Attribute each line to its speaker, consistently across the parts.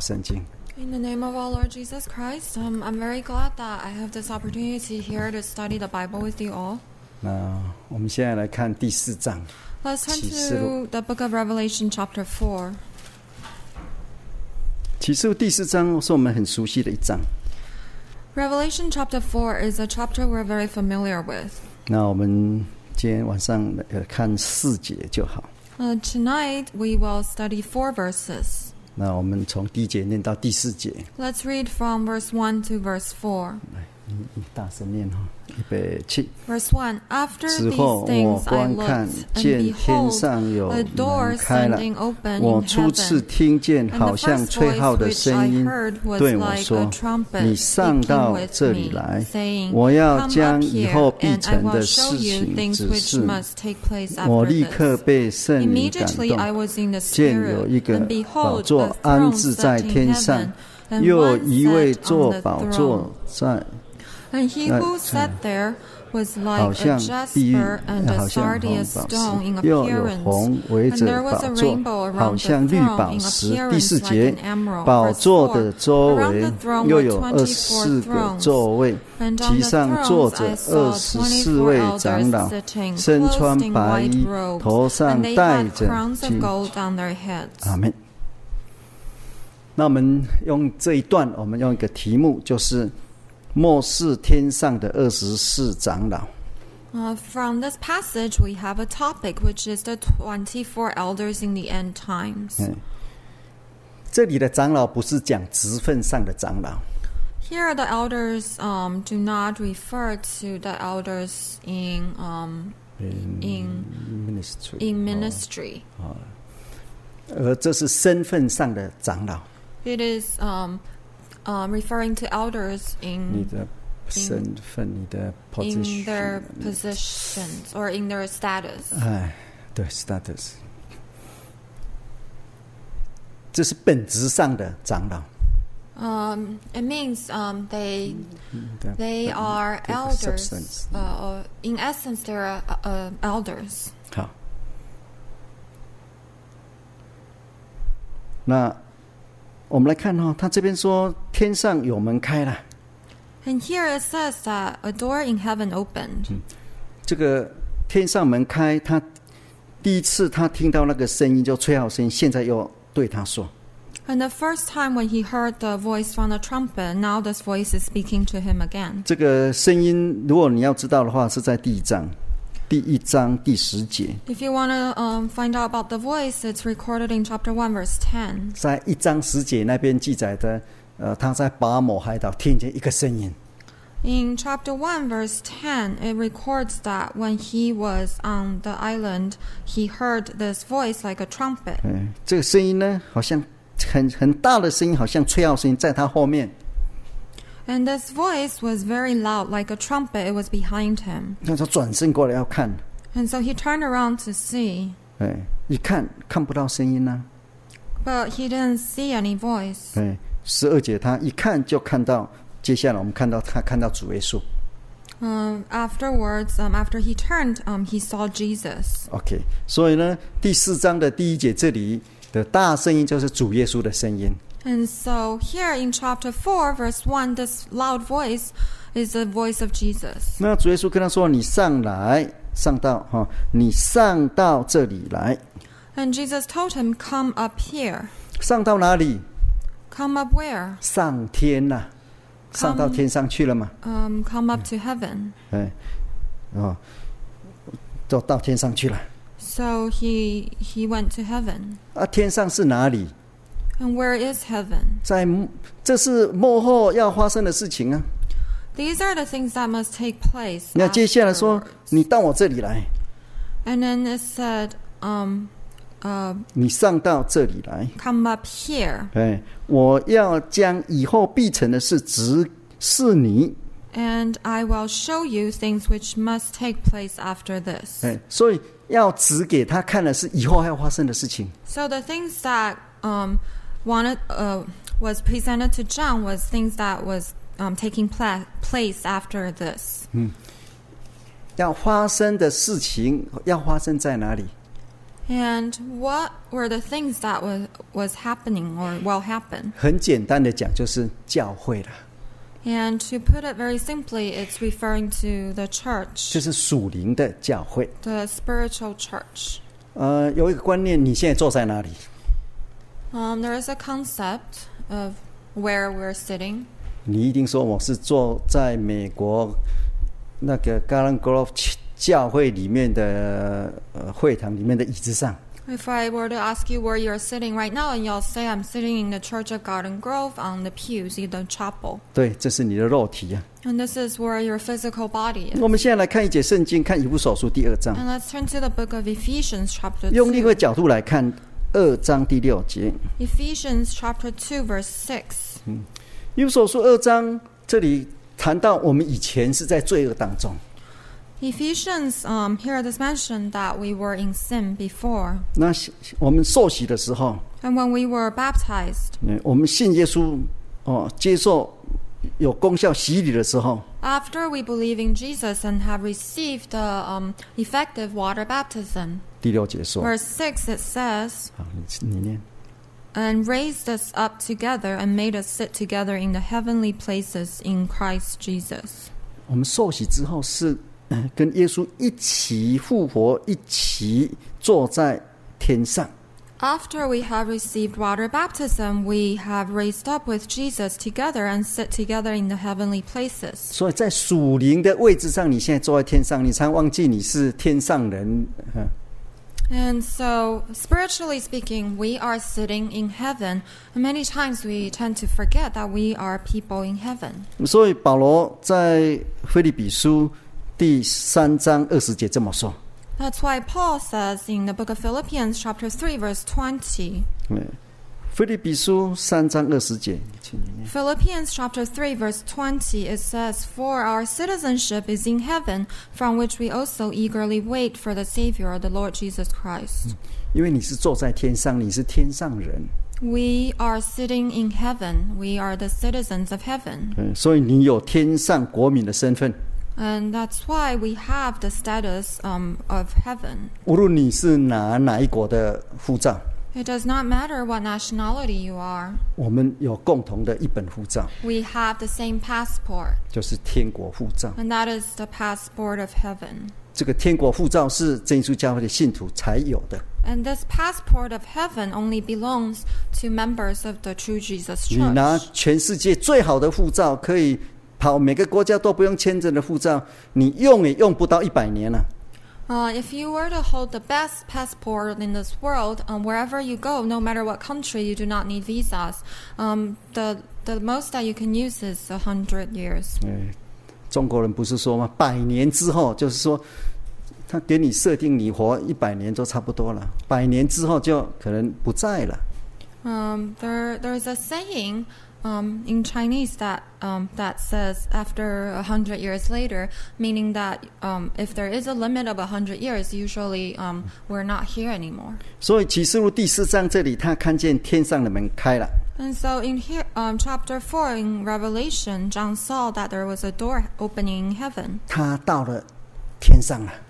Speaker 1: 圣经。
Speaker 2: In the name of our Lord Jesus Christ, um, I'm very glad that I have this opportunity here to study the Bible with you all.
Speaker 1: 那我们现在来看第四章，
Speaker 2: Let's turn
Speaker 1: 启示录。
Speaker 2: to the book of Revelation, chapter 4.
Speaker 1: 启示录第四章是我们很熟悉的一章。
Speaker 2: Revelation, chapter 4 is a chapter we're very familiar with.
Speaker 1: 那我们今天晚上呃看四节就好。
Speaker 2: Uh, tonight, we will study four verses.
Speaker 1: 那我们从第一节念到第四节，
Speaker 2: Let's read from verse 1 to verse 4.
Speaker 1: 你你大声念哈，预备起。
Speaker 2: Verse 1 After
Speaker 1: 此
Speaker 2: these
Speaker 1: 后，我
Speaker 2: things I
Speaker 1: 观看
Speaker 2: looked, and
Speaker 1: 见天
Speaker 2: behold,
Speaker 1: 上有
Speaker 2: a
Speaker 1: 门
Speaker 2: door
Speaker 1: 开了。
Speaker 2: standing open
Speaker 1: 我
Speaker 2: in
Speaker 1: 初
Speaker 2: heaven.
Speaker 1: 次听见
Speaker 2: And
Speaker 1: 好
Speaker 2: the
Speaker 1: 像
Speaker 2: first
Speaker 1: 吹号的
Speaker 2: voice which
Speaker 1: 声
Speaker 2: I
Speaker 1: 音
Speaker 2: heard was
Speaker 1: 对我
Speaker 2: like
Speaker 1: 说
Speaker 2: a：“ trumpet
Speaker 1: 你上
Speaker 2: speaking
Speaker 1: 到
Speaker 2: with
Speaker 1: 这里
Speaker 2: me,
Speaker 1: 来，
Speaker 2: saying,
Speaker 1: 我要
Speaker 2: Come
Speaker 1: 将
Speaker 2: up
Speaker 1: 以后
Speaker 2: here,
Speaker 1: 必
Speaker 2: and I
Speaker 1: 成
Speaker 2: will
Speaker 1: 的
Speaker 2: show
Speaker 1: 事
Speaker 2: you
Speaker 1: 情
Speaker 2: things
Speaker 1: 指
Speaker 2: which
Speaker 1: 示
Speaker 2: must take place
Speaker 1: 我立
Speaker 2: after
Speaker 1: 刻
Speaker 2: this.
Speaker 1: 被圣灵感
Speaker 2: Immediately
Speaker 1: 动
Speaker 2: I，was in the
Speaker 1: 见有一
Speaker 2: Spirit,
Speaker 1: 个
Speaker 2: and
Speaker 1: 宝
Speaker 2: behold,
Speaker 1: 座
Speaker 2: a
Speaker 1: 安
Speaker 2: throne
Speaker 1: 置在
Speaker 2: set in
Speaker 1: 天上
Speaker 2: heaven, and
Speaker 1: 又一
Speaker 2: one
Speaker 1: 位
Speaker 2: sat on
Speaker 1: 坐
Speaker 2: the
Speaker 1: 宝
Speaker 2: throne.
Speaker 1: 座在
Speaker 2: And he
Speaker 1: 那
Speaker 2: who
Speaker 1: 这
Speaker 2: sat there was
Speaker 1: 好
Speaker 2: like a
Speaker 1: 像碧玉
Speaker 2: jasper and，
Speaker 1: 好
Speaker 2: a
Speaker 1: 像红
Speaker 2: sardius
Speaker 1: 宝
Speaker 2: stone in
Speaker 1: 石，又有
Speaker 2: appearance.
Speaker 1: 红围
Speaker 2: And
Speaker 1: 着
Speaker 2: there was
Speaker 1: 宝
Speaker 2: a
Speaker 1: 座
Speaker 2: rainbow，
Speaker 1: 好
Speaker 2: around the
Speaker 1: 像绿
Speaker 2: throne
Speaker 1: 宝
Speaker 2: in
Speaker 1: 石。第四
Speaker 2: appearance
Speaker 1: 节
Speaker 2: like an emerald.
Speaker 1: 宝
Speaker 2: Verse
Speaker 1: 座的
Speaker 2: 4.
Speaker 1: 周
Speaker 2: Around
Speaker 1: 围
Speaker 2: the throne
Speaker 1: 又
Speaker 2: were
Speaker 1: 有二十四
Speaker 2: 24
Speaker 1: 个
Speaker 2: thrones.
Speaker 1: 座位，
Speaker 2: And
Speaker 1: 其
Speaker 2: on the
Speaker 1: 上坐
Speaker 2: thrones
Speaker 1: 着
Speaker 2: I
Speaker 1: 二
Speaker 2: saw
Speaker 1: 十四位
Speaker 2: 24
Speaker 1: 长
Speaker 2: elders
Speaker 1: 老，
Speaker 2: sitting,
Speaker 1: 身穿
Speaker 2: clothed in
Speaker 1: 白
Speaker 2: white
Speaker 1: 衣，头
Speaker 2: robes,
Speaker 1: 上
Speaker 2: and they
Speaker 1: 戴
Speaker 2: had
Speaker 1: 着
Speaker 2: crowns
Speaker 1: 金
Speaker 2: of gold on their heads.
Speaker 1: 阿门。那我们用这一段，我们用一个题目，就是末世天上的二十四长老。
Speaker 2: Uh, from this passage, we have a topic which is the 24 elders in the end times.
Speaker 1: 嗯，这里的长老不是讲职分上的长老，
Speaker 2: Here, the elders um, do not refer to the elders in um,
Speaker 1: 嗯
Speaker 2: in
Speaker 1: ，ministry 哦
Speaker 2: in ministry.
Speaker 1: 而这是身份上的长老，
Speaker 2: It is um, um, referring to elders
Speaker 1: 你
Speaker 2: 嗯 in
Speaker 1: 的身份，你的
Speaker 2: in their
Speaker 1: position，
Speaker 2: positions or in their status.
Speaker 1: 哎，对，status，这是本质上的长老。
Speaker 2: Um, it means um, they
Speaker 1: 你的
Speaker 2: they
Speaker 1: 本
Speaker 2: are
Speaker 1: 这个 substance
Speaker 2: elders. Uh, or in essence, they are uh, uh, elders.
Speaker 1: 好，那我们来看哦，他这边说天上有门开了，
Speaker 2: And here it says that a door in heaven
Speaker 1: Hmm.
Speaker 2: opened.
Speaker 1: 这个天上门开，他第一次他听到那个声音就吹号声音，现在又对他说，
Speaker 2: And the first time when he heard the voice from the trumpet, now this voice is speaking to him again.
Speaker 1: 这个声音如果你要知道的话，是在第一章，第一章第十节，
Speaker 2: If you want to um, find out about the voice, it's recorded in chapter 1, verse 10.
Speaker 1: 在一章十节那边记载的，呃，他在巴摩海岛听见一个声音，
Speaker 2: In chapter 1, verse 10, it records that when he was on the island, he heard this voice like a trumpet.
Speaker 1: 嗯，这个声音呢，好像很很大的声音，好像吹号声音，在他后面。
Speaker 2: And this voice was very loud, like a trumpet. It was behind him.
Speaker 1: 那他转身过来要看，
Speaker 2: And so he turned around to see,
Speaker 1: 哎，一看看不到声音呢、
Speaker 2: but he didn't see any voice.
Speaker 1: 哎，十二节他一看就看到，接下来我们看到他看到主耶稣
Speaker 2: Um, afterwards, um, after he turned, um, he saw Jesus.
Speaker 1: ，OK，所以呢，第四章的第一节这里的大声音就是主耶稣的声音，
Speaker 2: And so here in chapter 4, verse 1, this loud voice is the voice of Jesus.
Speaker 1: 那主耶稣跟他说：“你上来，上到哈、哦你上到这里来，
Speaker 2: And Jesus told him, Come up here.
Speaker 1: 上到哪里？
Speaker 2: Come up where?
Speaker 1: 上天呐、上到天上去了嘛？
Speaker 2: Um, come up to heaven.
Speaker 1: 哎，哦，都到天上去了。
Speaker 2: So he he went to heaven.
Speaker 1: 啊，天上是哪里？
Speaker 2: And where is heaven?
Speaker 1: 在幕这是幕后要发生的事情啊。
Speaker 2: These are the things that must take place.
Speaker 1: 那接下来说
Speaker 2: afterward.，
Speaker 1: 你到我这里来，
Speaker 2: and then it said, um, uh,
Speaker 1: 你上到这里来，
Speaker 2: come up here,
Speaker 1: 哎，我要将以后必成的事指示你，
Speaker 2: and I will show you things which must take place after this.
Speaker 1: 哎，所以要指给他看的是以后要发生的事情。
Speaker 2: So the things that um, wanted uh, was presented to John was things that was um, taking pla- place after this.
Speaker 1: 要发生的事情要发生在哪里？
Speaker 2: And what were the things that was was happening or will happen?
Speaker 1: 很简单的讲，就是教会啦，
Speaker 2: And to put it very simply, it's referring to the church,
Speaker 1: 就是属灵的教会。
Speaker 2: the spiritual church.
Speaker 1: 呃，有一个观念，你现在坐在哪里？
Speaker 2: Um, there is a concept of where we're sitting.
Speaker 1: 你一定说我是坐在美国那个 Garden Grove 教会里面的呃会堂里面的椅子上。
Speaker 2: If I were to ask you where you're sitting right now, and you'll say I'm sitting in the Church of Garden Grove on the pews in the chapel,
Speaker 1: 对，这是你的肉体啊。
Speaker 2: and this is where your physical body is.
Speaker 1: 我们现在来看一节圣经，看以弗所书第二章，
Speaker 2: And let's turn to the book of Ephesians, chapter
Speaker 1: 用另
Speaker 2: 2.
Speaker 1: 一个角度来看二章第六节。
Speaker 2: Ephesians, chapter 2, verse 6.
Speaker 1: 以弗所书二章这里谈到我们以前是在罪恶当中，
Speaker 2: Ephesians, um, here it is mentioned that we were in sin before.
Speaker 1: 那我们受洗的时候，
Speaker 2: And when we were baptized,
Speaker 1: 嗯，我们信耶稣哦，接受有功效洗礼的时候，
Speaker 2: after we believe in Jesus and have received the um, effective water baptism,
Speaker 1: 第六节说，
Speaker 2: verse 6 it says,
Speaker 1: 好，你你念。
Speaker 2: And raised us up together and made us sit together in the heavenly places in Christ Jesus.
Speaker 1: 我们受洗之后是 呃跟耶稣一起复活，一起坐在天上。
Speaker 2: After we have received water baptism, we have raised up with Jesus together and sit together in the heavenly places.
Speaker 1: 所以在属灵的位置上，你现在坐在天上，你常忘记你是天上人。 嗯，
Speaker 2: And so, spiritually speaking, we are sitting in heaven. And many times we tend to forget that we are people in heaven.
Speaker 1: 所以保罗在菲利比书第三章二十节这么说：，
Speaker 2: That's why Paul says in the book of Philippians, chapter 3, verse 20.
Speaker 1: 嗯，菲利比书三章二十节，请你念
Speaker 2: Philippians chapter 3 verse 20 it says for our citizenship is in heaven from which we also eagerly wait for the savior the Lord Jesus Christ.
Speaker 1: 因为你是坐在天上，你是天上人，
Speaker 2: We are sitting in heaven. We are the citizens of heaven.
Speaker 1: 嗯，所以你有天上国民的身份。
Speaker 2: And that's why we have the status um, of heaven.
Speaker 1: 无论你是拿哪一国的护照，
Speaker 2: It does not matter what nationality you are.
Speaker 1: 我们有共同的一本护照，
Speaker 2: We have the same passport
Speaker 1: 就是天国护照。
Speaker 2: and that is the passport of heaven.
Speaker 1: 这个天国护照是真耶稣教会的信徒才有的。
Speaker 2: And this passport of heaven only belongs to members of the true Jesus
Speaker 1: 你拿
Speaker 2: Church.
Speaker 1: 全世界最好的护照，可以跑每个国家都不用签证的护照，你用也用不到一百年啊了、
Speaker 2: Uh, if you were to hold the best passport in this world, um, wherever you go, no matter what country, you do not need visas. Um, the the most that you can use is a hundred years.
Speaker 1: 嗯，中国人不是说吗？百年之后，就是说他给你设定你活一百年都差不多了，百年之后就可能不在了。
Speaker 2: Um, there there is a saying um, in Chinese that um, that says after a hundred years later, meaning that um, if there is a limit of a hundred years, usually um, we're not here anymore.
Speaker 1: 所以启示录第四章这里，他看见天上的门开了，
Speaker 2: And so in here, um, chapter four in Revelation, John saw that there was a door opening in heaven,
Speaker 1: 他到了天上了。啊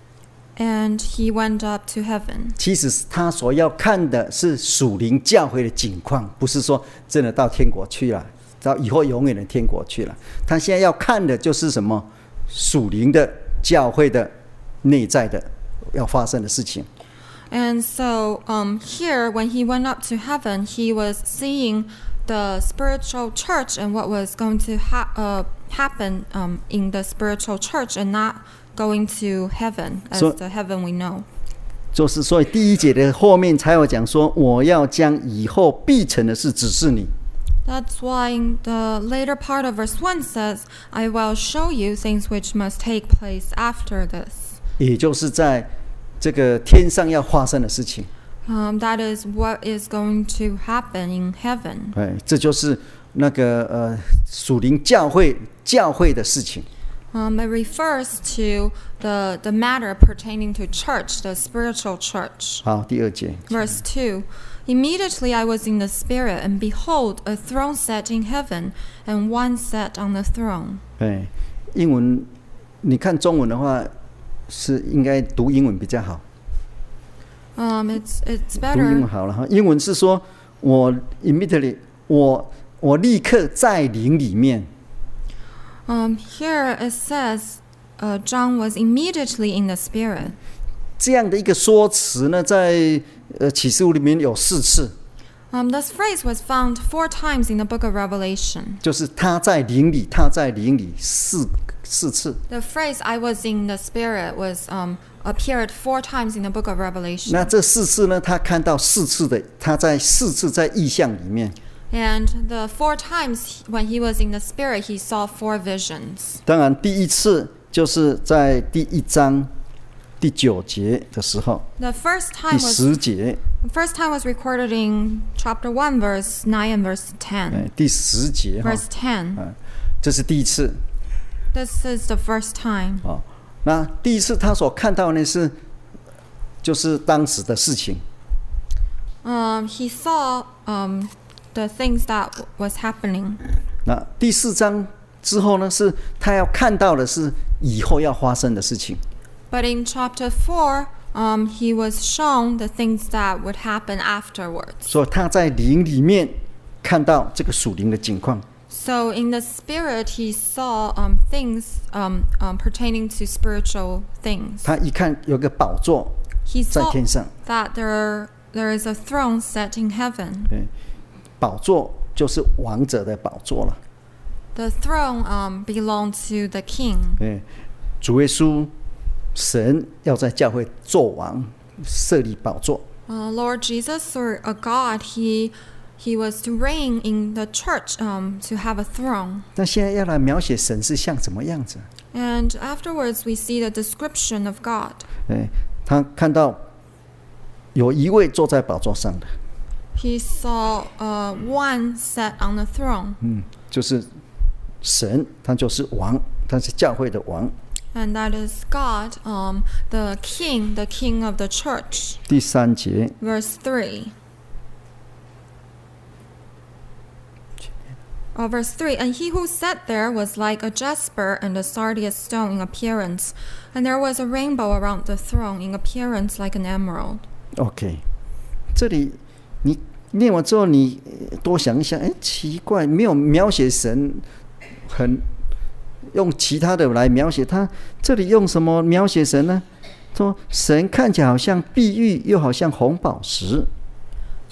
Speaker 2: and he went up to heaven.
Speaker 1: 其实他所要看的是属灵教会的景况，不是说真的到天国去了，到以后永远的天国去了。他现在要看的就是什么属灵的教会的内在的要发生的事情。
Speaker 2: And so um, here, when he went up to heaven, he was seeing the spiritual church and what was going to ha- uh, happen um, in the spiritual church, and not going to heaven as
Speaker 1: So-
Speaker 2: the heaven we know.
Speaker 1: 就是所以第一节的后面才有讲说，我要将以后必成的事指示你。
Speaker 2: That's why in the later part of verse 1 says, I will show you things which must take place after this.
Speaker 1: 也就是在这个天上要发生的事情。
Speaker 2: Um, that is what is going to happen in heaven.
Speaker 1: 哎，这就是那个呃属灵教会教会的事情。
Speaker 2: Um, it refers to the, the matter pertaining to church, the spiritual church.
Speaker 1: 好，第二节。
Speaker 2: Verse 2 Immediately I was in the Spirit, and behold, a throne set in heaven, and one sat on the throne.
Speaker 1: 哎，英文，你看中文的话是应该读英文比较好。
Speaker 2: Um, it's it's
Speaker 1: 读英文
Speaker 2: better.
Speaker 1: 好了哈。英文是说我 immediately，我我立刻在灵里面，
Speaker 2: Um, here it says, uh, John was immediately in the spirit.
Speaker 1: 这样的一个说辞呢，在呃启示录里面有四次，
Speaker 2: Um, this phrase was found four times in the book of Revelation.
Speaker 1: 就是他在灵里，他在灵里四四次。
Speaker 2: The phrase "I was in the spirit" was um, appeared four times in the book of Revelation,
Speaker 1: 那这四次呢，他看到四次的，他在四次在意象里面。
Speaker 2: and the four times when he was in the spirit, he saw four visions.
Speaker 1: 当然，第一次就是在第一章第九节的时候，
Speaker 2: The first
Speaker 1: 第
Speaker 2: time was
Speaker 1: 十节，
Speaker 2: the first time was recorded in chapter one, verse nine and verse ten.
Speaker 1: 哎，第十节哈，
Speaker 2: Verse ten.
Speaker 1: 这是第一次
Speaker 2: This is the first time.
Speaker 1: 啊、哦那第一次他所看到呢是，就是当时的事情。
Speaker 2: Um, he saw um, the things that was happening.
Speaker 1: 那第四章之后呢，是他要看到的是以后要发生的事情。
Speaker 2: But in chapter 4, um, he was shown the things that would happen afterwards.
Speaker 1: 所以他在灵里面看到这个属灵的景况。
Speaker 2: So in the spirit, he saw um, things um, um, pertaining to spiritual things.
Speaker 1: 他一看有个宝座
Speaker 2: He
Speaker 1: 在
Speaker 2: saw
Speaker 1: 天上，
Speaker 2: that there, there is a throne set in heaven.
Speaker 1: 对，哎宝座就是王者的宝座了。
Speaker 2: The throne um, belonged to the king.
Speaker 1: 哎，主耶稣，神要在教会做王，设立宝座。
Speaker 2: Uh, Lord Jesus, or a God, he, he was to reign in the church um, to have a throne.
Speaker 1: 那现在要来描写神是像什么样子？
Speaker 2: And afterwards, we see the description of God.
Speaker 1: 哎，他看到有一位坐在宝座上的，
Speaker 2: He saw uh, one sat on the throne,
Speaker 1: 嗯，就是神，他就是王，他是教会的王。
Speaker 2: and that is God, um, the King, the King of the church.
Speaker 1: 第三节，
Speaker 2: Verse 3. Oh, verse 3 And he who sat there was like a jasper and a sardius stone in appearance, and there was a rainbow around the throne in appearance like an emerald.
Speaker 1: OK，这里你念完之后，你呃多想一想，哎，奇怪，没有描写神，很用其他的来描写他，这里用什么描写神呢？说神看起来好像碧玉，又好像红宝石。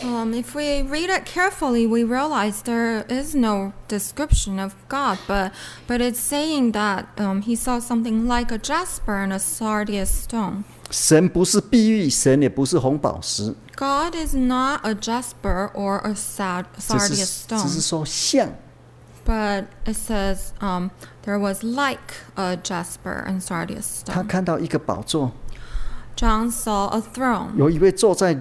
Speaker 2: Um, if we read it carefully, we realize there is no description of God, but but it's saying that um, he saw something like a jasper and a sardius stone.
Speaker 1: 神不是碧玉，神也不是红宝石，
Speaker 2: God is not a jasper or a sad,
Speaker 1: 只
Speaker 2: sardius
Speaker 1: 是只
Speaker 2: stone,
Speaker 1: 是说像。
Speaker 2: but it says um, there was like a jasper and sardius
Speaker 1: 他
Speaker 2: stone.
Speaker 1: 看到一个宝座，
Speaker 2: John saw a throne,
Speaker 1: 有一位坐在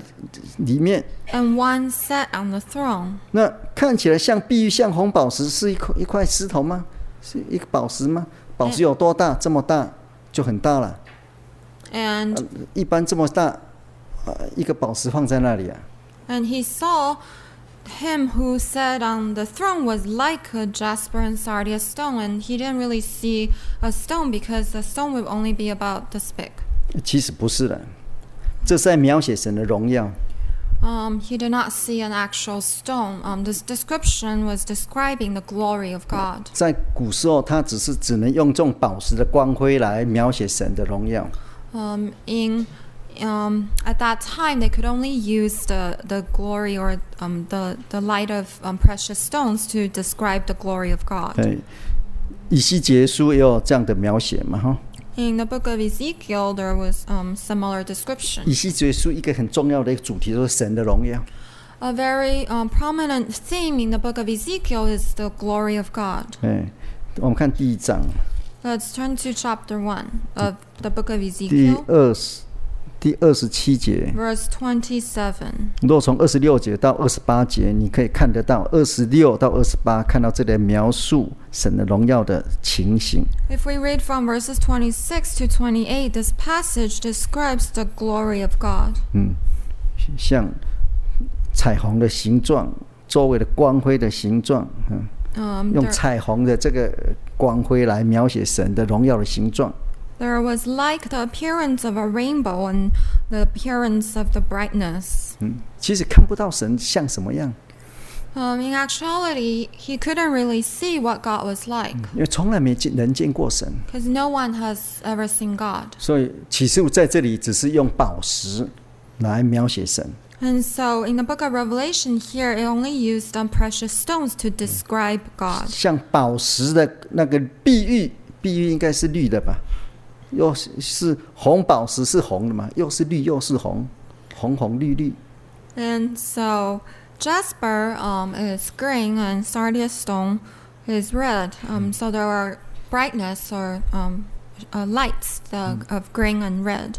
Speaker 1: 里面，
Speaker 2: and one sat on the throne.
Speaker 1: 那看起来像碧玉，像红宝石，是一块一块石头吗？是一个宝石吗？宝石有多大？这么大就很大了，
Speaker 2: And
Speaker 1: 一般这么大，呃，一个宝石放在那里啊，
Speaker 2: And he saw him who sat on the throne was like a jasper and sardius stone, and he didn't really see a stone because the stone would only be about this big.
Speaker 1: 其实不是的，这是在描写神的荣耀。
Speaker 2: Um, he did not see an actual stone. Um, this description was describing the glory of God.
Speaker 1: 在古时候，他只是只能用这种宝石的光辉来描写神的荣耀。
Speaker 2: Um, in um, at that time, they could only use the, the glory or um, the, the light of um, precious stones to describe the glory of God.
Speaker 1: 对，以西结书也有这样的描写嘛，哈。
Speaker 2: In the book of Ezekiel, there was um, similar description.
Speaker 1: 以西结书一个很重要的一个主题就是神的荣耀。
Speaker 2: A very um, prominent theme in the book of Ezekiel is the glory of God.
Speaker 1: 哎，我们看第一章。
Speaker 2: Let's turn to chapter 1 of the book of
Speaker 1: 第
Speaker 2: Ezekiel,
Speaker 1: 二十第二十七节，
Speaker 2: verse 27.
Speaker 1: 如果从二十六节到二十八节，你可以看得到二十六到二十八，看到这里描述神的荣耀的情形。
Speaker 2: If we read from verses 26 to 28, this passage describes the glory of God.
Speaker 1: 嗯，像彩虹的形状，周围的光辉的形状，嗯，
Speaker 2: Um,
Speaker 1: 用
Speaker 2: there,
Speaker 1: 彩虹的这个光辉来描写神的荣耀的形状。
Speaker 2: there was like the appearance of a rainbow, and the appearance of the brightness.
Speaker 1: 嗯，其实看不到神像什么样，
Speaker 2: Um, in actuality, he couldn't really see what God was like
Speaker 1: 因为从来没见人见过神，
Speaker 2: because no one has ever seen God.
Speaker 1: 所以启示录在这里只是用宝石来描写神。
Speaker 2: And so in the book of Revelation here, it only used um, precious stones to describe God.
Speaker 1: 像宝石的那个碧玉，碧玉应该是绿的吧？又是是红宝石是红的嘛？又是绿又是红，红红绿绿。
Speaker 2: And so jasper um, is green and sardius stone is red. Um, so there are brightness or um, uh, lights the, of green and red.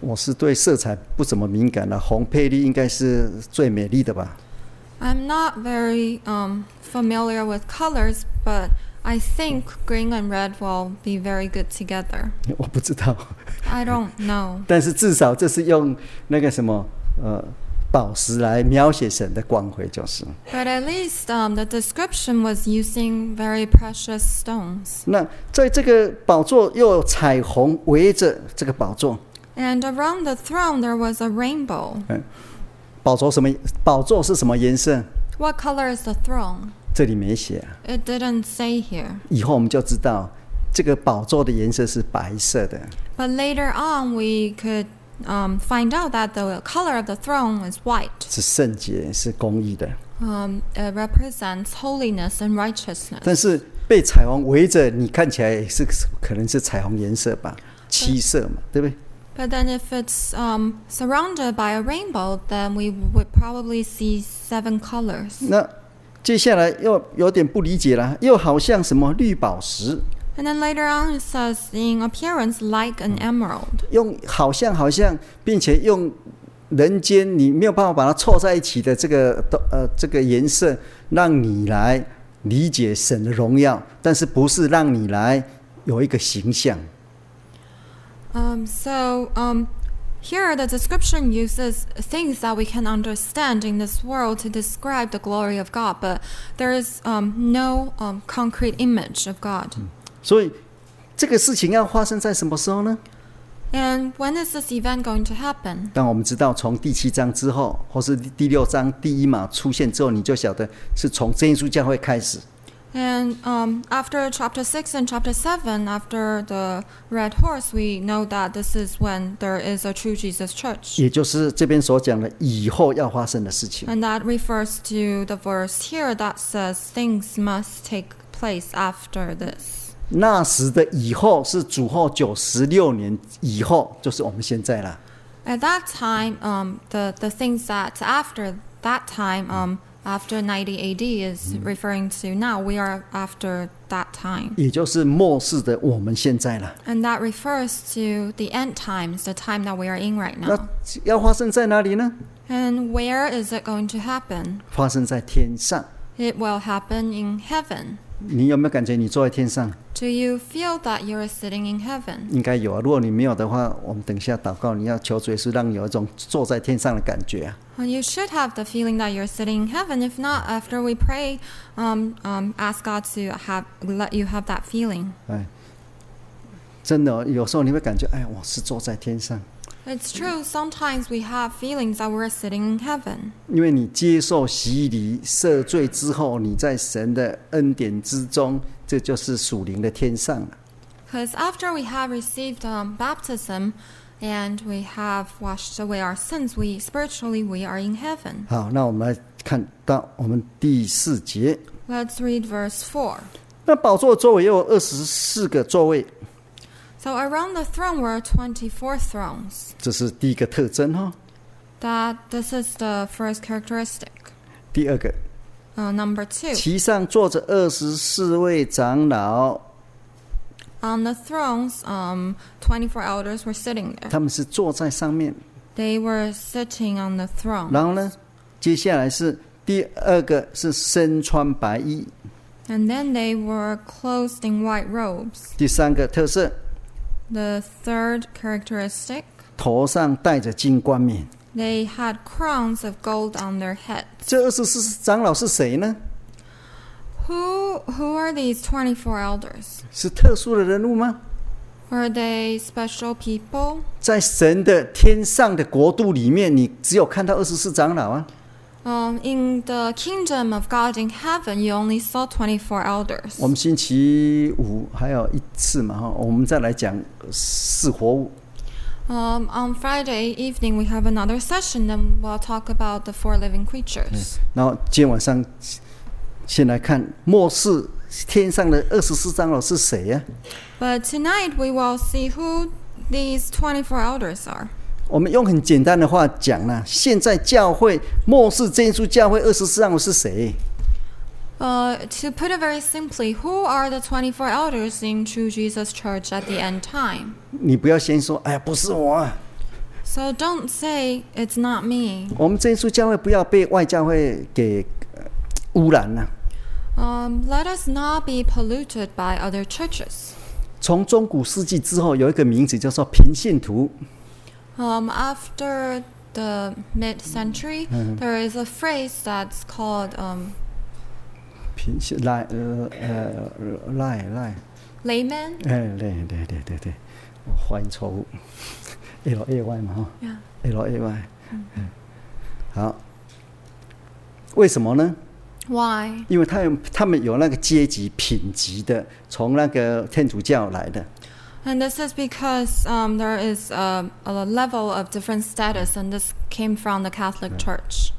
Speaker 1: 我是对色彩不怎么敏感的，红配绿应该是最美丽的吧？
Speaker 2: I'm not very um, familiar with colors, but I think green and red will be very good together.
Speaker 1: 我不知道，
Speaker 2: I don't know.
Speaker 1: 但是至少这是用那个什么呃宝石来描写神的光辉，就是。
Speaker 2: But at least um, the description was using very precious stones.
Speaker 1: 那在这个宝座又有彩虹围着这个宝座，
Speaker 2: And around the throne, there was a rainbow.
Speaker 1: 宝座什么？宝座是什么颜色？
Speaker 2: What color is the throne?
Speaker 1: 这里没写啊、
Speaker 2: It didn't say here.
Speaker 1: 以后我们就知道这个宝座的颜色是白色的。
Speaker 2: But later on, we could um, find out that the color of the throne is white.
Speaker 1: 是圣洁，是公义的。
Speaker 2: Um, it represents holiness and righteousness.
Speaker 1: 但是被彩虹围着，你看起来也是可能是彩虹颜色吧，七色嘛，对不对？
Speaker 2: But then, if it's um, surrounded by a rainbow, then we would probably see seven colors.
Speaker 1: 那接下来又有点不理解啦，又好像什么绿宝石，
Speaker 2: And then later on, it says in appearance like an emerald.
Speaker 1: 用好像好像，并且用人间你没有办法把它凑在一起的这个的呃这个颜色，让你来理解神的荣耀，但是不是让你来有一个形象。
Speaker 2: Um, so um, here, the description uses things that we can understand in this world to describe the glory of God, but there is um, no um, concrete image of God.
Speaker 1: 所以这个事情要发生在什么时候呢？
Speaker 2: And when is this event going to happen?
Speaker 1: 当我们知道从第七章之后，或是第六章第一码出现之后，你就晓得是从真耶稣教会开始。
Speaker 2: And um, after chapter 6 and chapter 7, after the red horse, we know that this is when there is a true Jesus church.
Speaker 1: 也就是这边所讲的以后要发生的事情。
Speaker 2: And that refers to the verse here that says things must take place after this.
Speaker 1: 那时的以后是主后九十六年以后，就是我们现在啦。
Speaker 2: At that time, um, the, the things that after that time, um, after 90 AD, is referring to now. We are after that time.
Speaker 1: 也就是末世的我们现在啦。
Speaker 2: And that refers to the end times, the time that we are in right
Speaker 1: 那
Speaker 2: now.
Speaker 1: 要发生在哪里呢？
Speaker 2: And where is it going to happen?
Speaker 1: 发生在天上。
Speaker 2: It will happen in heaven.
Speaker 1: 你有没有感觉你坐在天上？
Speaker 2: Do you feel that you're sitting in heaven?
Speaker 1: 应该有啊。如果你没有的话，我们等一下祷告，你要求主耶稣让你有一种坐在天上的感觉啊。
Speaker 2: Well, you should have the feeling that you're sitting in heaven. If not, after we pray, um, um, ask God to have let you have that feeling.
Speaker 1: 哎，真的哦、有时候你会感觉，哎，我是坐在天上，
Speaker 2: It's true. Sometimes we have feelings that we're sitting in heaven
Speaker 1: 因为你接受洗礼赦罪之后，你在神的恩典之中，这就是属灵的天上了。
Speaker 2: because after we have received um, baptism and we have washed away our sins, we spiritually we are in heaven.
Speaker 1: 好，那我们来看到我们第四节，
Speaker 2: Let's read verse four.
Speaker 1: 那宝座周围也有二十四个座位，
Speaker 2: So around the throne were twenty-four thrones.
Speaker 1: 这是第一个特征哈、哦。
Speaker 2: That this is the first characteristic.
Speaker 1: 第二个，
Speaker 2: Uh, number two.
Speaker 1: 其上坐着二十四位长老，
Speaker 2: On the thrones, um, 24 elders were sitting there.
Speaker 1: 他们是坐在上面。
Speaker 2: They were sitting on the throne.
Speaker 1: 然后呢，接下来是第二个是身穿白衣，
Speaker 2: And then they were clothed in white robes.
Speaker 1: 第三个特色，
Speaker 2: The third characteristic,
Speaker 1: 头上戴着金冠冕。
Speaker 2: they had crowns of gold on their heads.
Speaker 1: 这二十四长老是谁呢？
Speaker 2: Who who are these 24 elders?
Speaker 1: 是特殊的人物吗？
Speaker 2: Were they special people?
Speaker 1: 在神的天上的国度里面，你只有看到二十四长老啊。
Speaker 2: Um, in the kingdom of God in heaven, you only saw 24 elders.
Speaker 1: 我们星期五还有一次嘛哈，我们再来讲四活物。
Speaker 2: Um, on Friday evening, we have another session, and we'll talk about the four living creatures.
Speaker 1: 然后今天晚上先来看末世天上的二十四长老是谁啊呀、
Speaker 2: But tonight, we will see who these 24 elders are.
Speaker 1: 我们用很简单的话讲啦、现在教会末世这一株教会二十四长老是谁？
Speaker 2: Uh, to put it very simply, who are the 24 elders in True Jesus Church at the end time?
Speaker 1: 你不要先说，哎呀，不是我、啊。
Speaker 2: So don't say it's not me.
Speaker 1: 我们这一株教会不要被外教会给呃污染了、
Speaker 2: Um, let us not be polluted by other churches.
Speaker 1: 从中古世纪之后，有一个名字叫做平信徒，
Speaker 2: Um, after the mid century, is a phrase that's called um,
Speaker 1: 平信赖呃呃呃赖赖，
Speaker 2: layman.
Speaker 1: 哎对对对对对，我发音错误，L A Y 嘛哈
Speaker 2: Yeah.
Speaker 1: ，L A Y，嗯好，为什么呢？
Speaker 2: Why?
Speaker 1: 因为他有他们有那个阶级品级的，从那个天主教来的，
Speaker 2: And this is because um, there is a, a level of different status, and this came from the Catholic Church.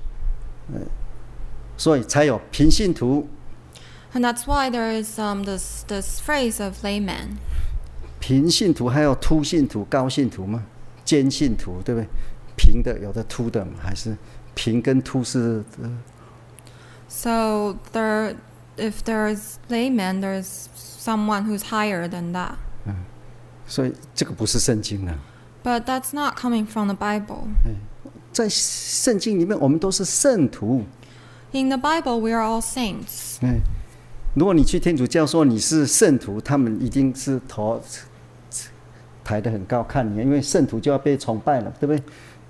Speaker 1: 所以才有平信徒、
Speaker 2: And that's why there is um, this, this phrase of layman.
Speaker 1: 平信徒，还有凸信徒、高信徒嘛，尖信徒，对不对？平的有的凸的嘛，还是平跟凸是、呃
Speaker 2: So there, if there is layman, there is someone who's higher than that.
Speaker 1: 所以这个不是圣经了。
Speaker 2: But that's not coming from the Bible.
Speaker 1: 在圣经里面，我们都是圣徒。
Speaker 2: In the Bible, we are all saints.
Speaker 1: 哎，如果你去天主教说你是圣徒，他们一定是头抬得很高看你，因为圣徒就要被崇拜了，对不对？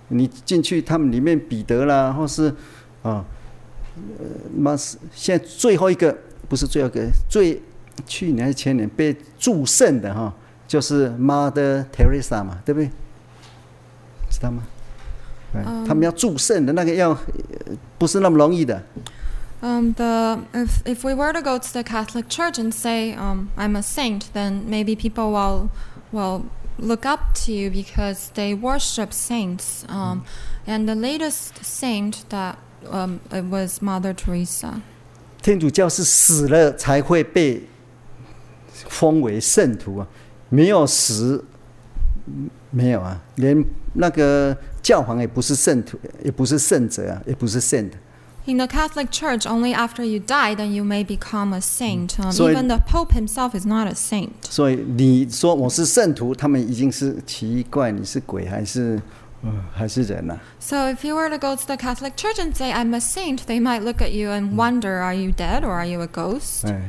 Speaker 1: 你进去他们里面，彼得啦，或是啊，呃，妈是现在最后一个不是最后一个，最去年还是前年被祝圣的哈，就是 Mother Teresa 嘛，对不对？知道吗？哎他们要祝圣的那个要呃不是那么容易的。
Speaker 2: Um, the, if, if we were to go to the Catholic Church and say, um, I'm a saint, then maybe people will, will look up to you because they worship saints.
Speaker 1: Hmm.
Speaker 2: Um, and the latest saint that um, it was Mother Teresa.
Speaker 1: 天主教是死了才会被封为圣徒啊，没有死，嗯没有啊，连那个教皇也不是圣徒，也不是圣者啊，也不是圣的。
Speaker 2: In the Catholic Church, only after you die then you may become a saint. Um,
Speaker 1: Hmm. So it-
Speaker 2: even the Pope himself is not a saint.
Speaker 1: 所以你说我是圣徒，他们已经是奇怪，你是鬼还是嗯还是人啊？
Speaker 2: So if you were to go to the Catholic Church and say, I'm a saint, they might look at you
Speaker 1: Hmm.
Speaker 2: and wonder, are you dead or are you a ghost?
Speaker 1: 哎，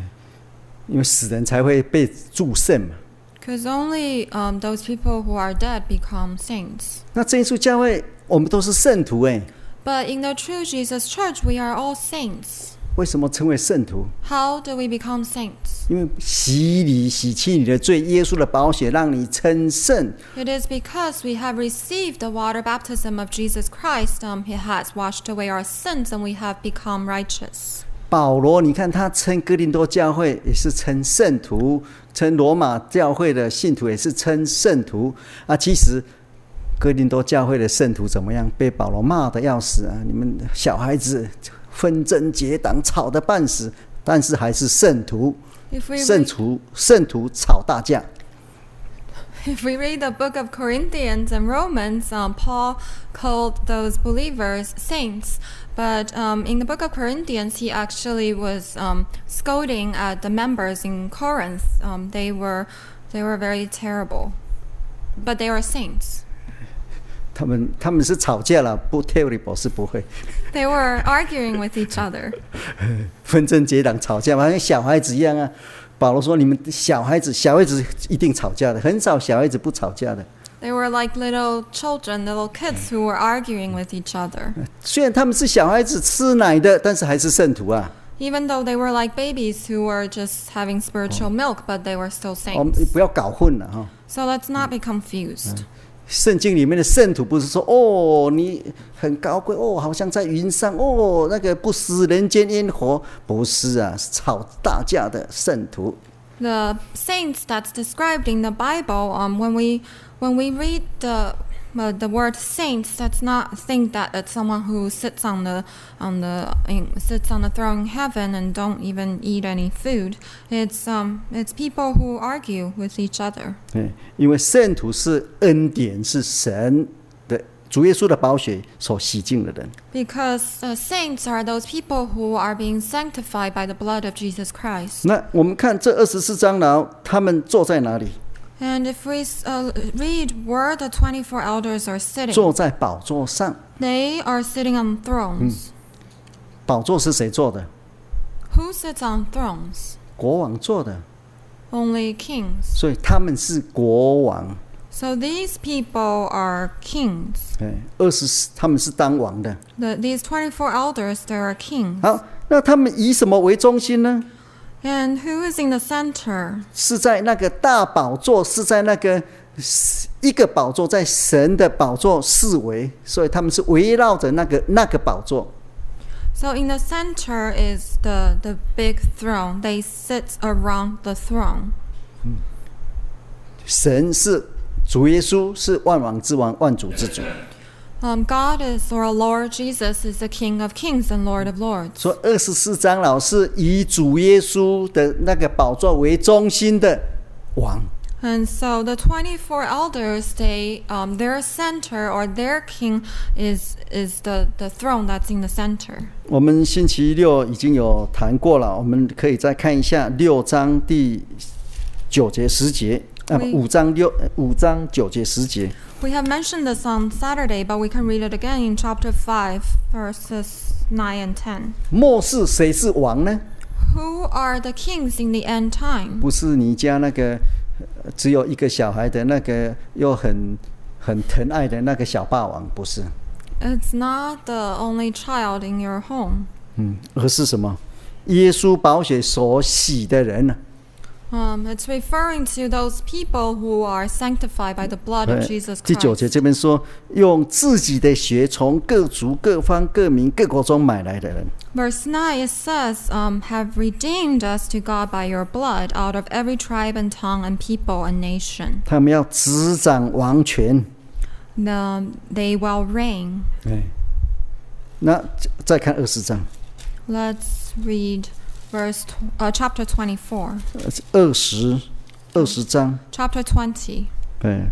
Speaker 1: 因为死人才会被祝圣嘛。
Speaker 2: Because only um, those people who are dead become saints.
Speaker 1: 那这一处教会，我们都是圣徒哎，
Speaker 2: But in the true Jesus Church, we are all saints.
Speaker 1: 为什么称为圣徒？
Speaker 2: How do we become saints?
Speaker 1: 因为洗礼洗去你的罪，耶稣的宝血让你称圣，
Speaker 2: It is because we have received the water baptism of Jesus Christ. Um, he has washed away our sins and we have become righteous.
Speaker 1: 保罗，你看他称哥林多教会也是称圣徒，称罗马教会的信徒也是称圣徒啊。其实哥林多教会的圣徒啊怎么样？被保罗骂的要死啊！你们小孩子纷争结党，吵得半死，但是还是圣徒，
Speaker 2: If we,
Speaker 1: 圣
Speaker 2: read,
Speaker 1: 徒圣徒吵大架。
Speaker 2: if we read the book of Corinthians and Romans, um, Paul called those believers saints. But um, in the book of Corinthians, he actually was um, scolding at the members in Corinth. Um, they were they were very terrible, but they were saints.
Speaker 1: 他们他们是吵架了，不 terrible 是不会
Speaker 2: They were arguing with each other.
Speaker 1: 纷争结党吵架嘛，像小孩子一样啊。保罗说：“你们小孩子，小孩子一定吵架的，很少小孩子不吵架的。”
Speaker 2: They were like little children, little kids who were arguing with each other.
Speaker 1: 虽然他们是小孩子吃奶的，但是还是圣徒啊。
Speaker 2: Even though they were like babies who were just having spiritual milk, but they were still
Speaker 1: 我们
Speaker 2: saints.
Speaker 1: 哦不要搞混了哈、
Speaker 2: So let's not be confused.
Speaker 1: 圣经里面的圣徒不是说哦，你很高贵哦，好像在云上哦，那个不食人间烟火，不是啊，是吵大架的圣徒。
Speaker 2: The saints that's described in the Bible, um, when we when we read the uh, the word saints, let's not think that it's someone who sits on the on the in, sits on the throne in heaven and don't even eat any food. It's um it's people who argue with each other.
Speaker 1: 嗯，因为圣徒是恩典，是神的主耶稣的宝血所洗净的人。
Speaker 2: Because uh, saints are those people who are being sanctified by the blood of Jesus Christ.
Speaker 1: 那我们看这二十四章牢，他们坐在哪里？
Speaker 2: And if we uh, read where the 24 elders are sitting,
Speaker 1: 坐在宝座上。
Speaker 2: they are sitting on thrones.
Speaker 1: 宝座是谁坐的？
Speaker 2: Who sits on thrones?
Speaker 1: 国王坐的，
Speaker 2: Only kings.
Speaker 1: 所以他们是国王。
Speaker 2: So these people are kings.
Speaker 1: 哎，二十四，他们是当王的。
Speaker 2: The, these 24 elders, they are kings.
Speaker 1: 好，那他们以什么为中心呢？
Speaker 2: And who is in the center?
Speaker 1: 是在那个大宝座，是在那个一个宝座，在神的宝座四围，所以他们是围绕着那个那个宝座。
Speaker 2: So in the center is the, the big throne. They sit around the throne.
Speaker 1: 神是主耶稣，是万王之王，万主之主。
Speaker 2: Um, God is or Lord Jesus is the King of Kings and Lord of Lords.
Speaker 1: 所以二十四长老是以主耶稣的那个宝座为中心的王。
Speaker 2: And so the 24 elders, they, um, their center or their king is, is the, the throne that's in the center.
Speaker 1: 我们星期六已经有谈过了，我们可以再看一下六章第九节十节啊，
Speaker 2: Oui.
Speaker 1: 五章六呃五章九节十节。
Speaker 2: We have mentioned this on Saturday, but we can read it again in chapter 5, verses 9 and 10.
Speaker 1: 末世谁是王呢？
Speaker 2: Who are the kings in the end time?
Speaker 1: 不是你家那个呃只有一个小孩的那个又很很疼爱的那个小霸王，不是，
Speaker 2: It's not the only child in your home.
Speaker 1: 嗯，而是什么？耶稣宝血所洗的人啊呢？
Speaker 2: Um, it's referring to those people who are sanctified by the blood
Speaker 1: 呃
Speaker 2: of Jesus
Speaker 1: 第九
Speaker 2: Christ.
Speaker 1: 节这边说，用自己的血从各族、各方、各民、各国中买来的人，
Speaker 2: Verse 9 it says, um, Have redeemed us to God by your blood out of every tribe and tongue and people and nation.
Speaker 1: 他们要执掌王权。
Speaker 2: The, they will reign.
Speaker 1: 哎，那再看二十章，
Speaker 2: Let's read verse tw- uh, chapter 24.
Speaker 1: 二十二十章，
Speaker 2: Chapter 20,
Speaker 1: 哎，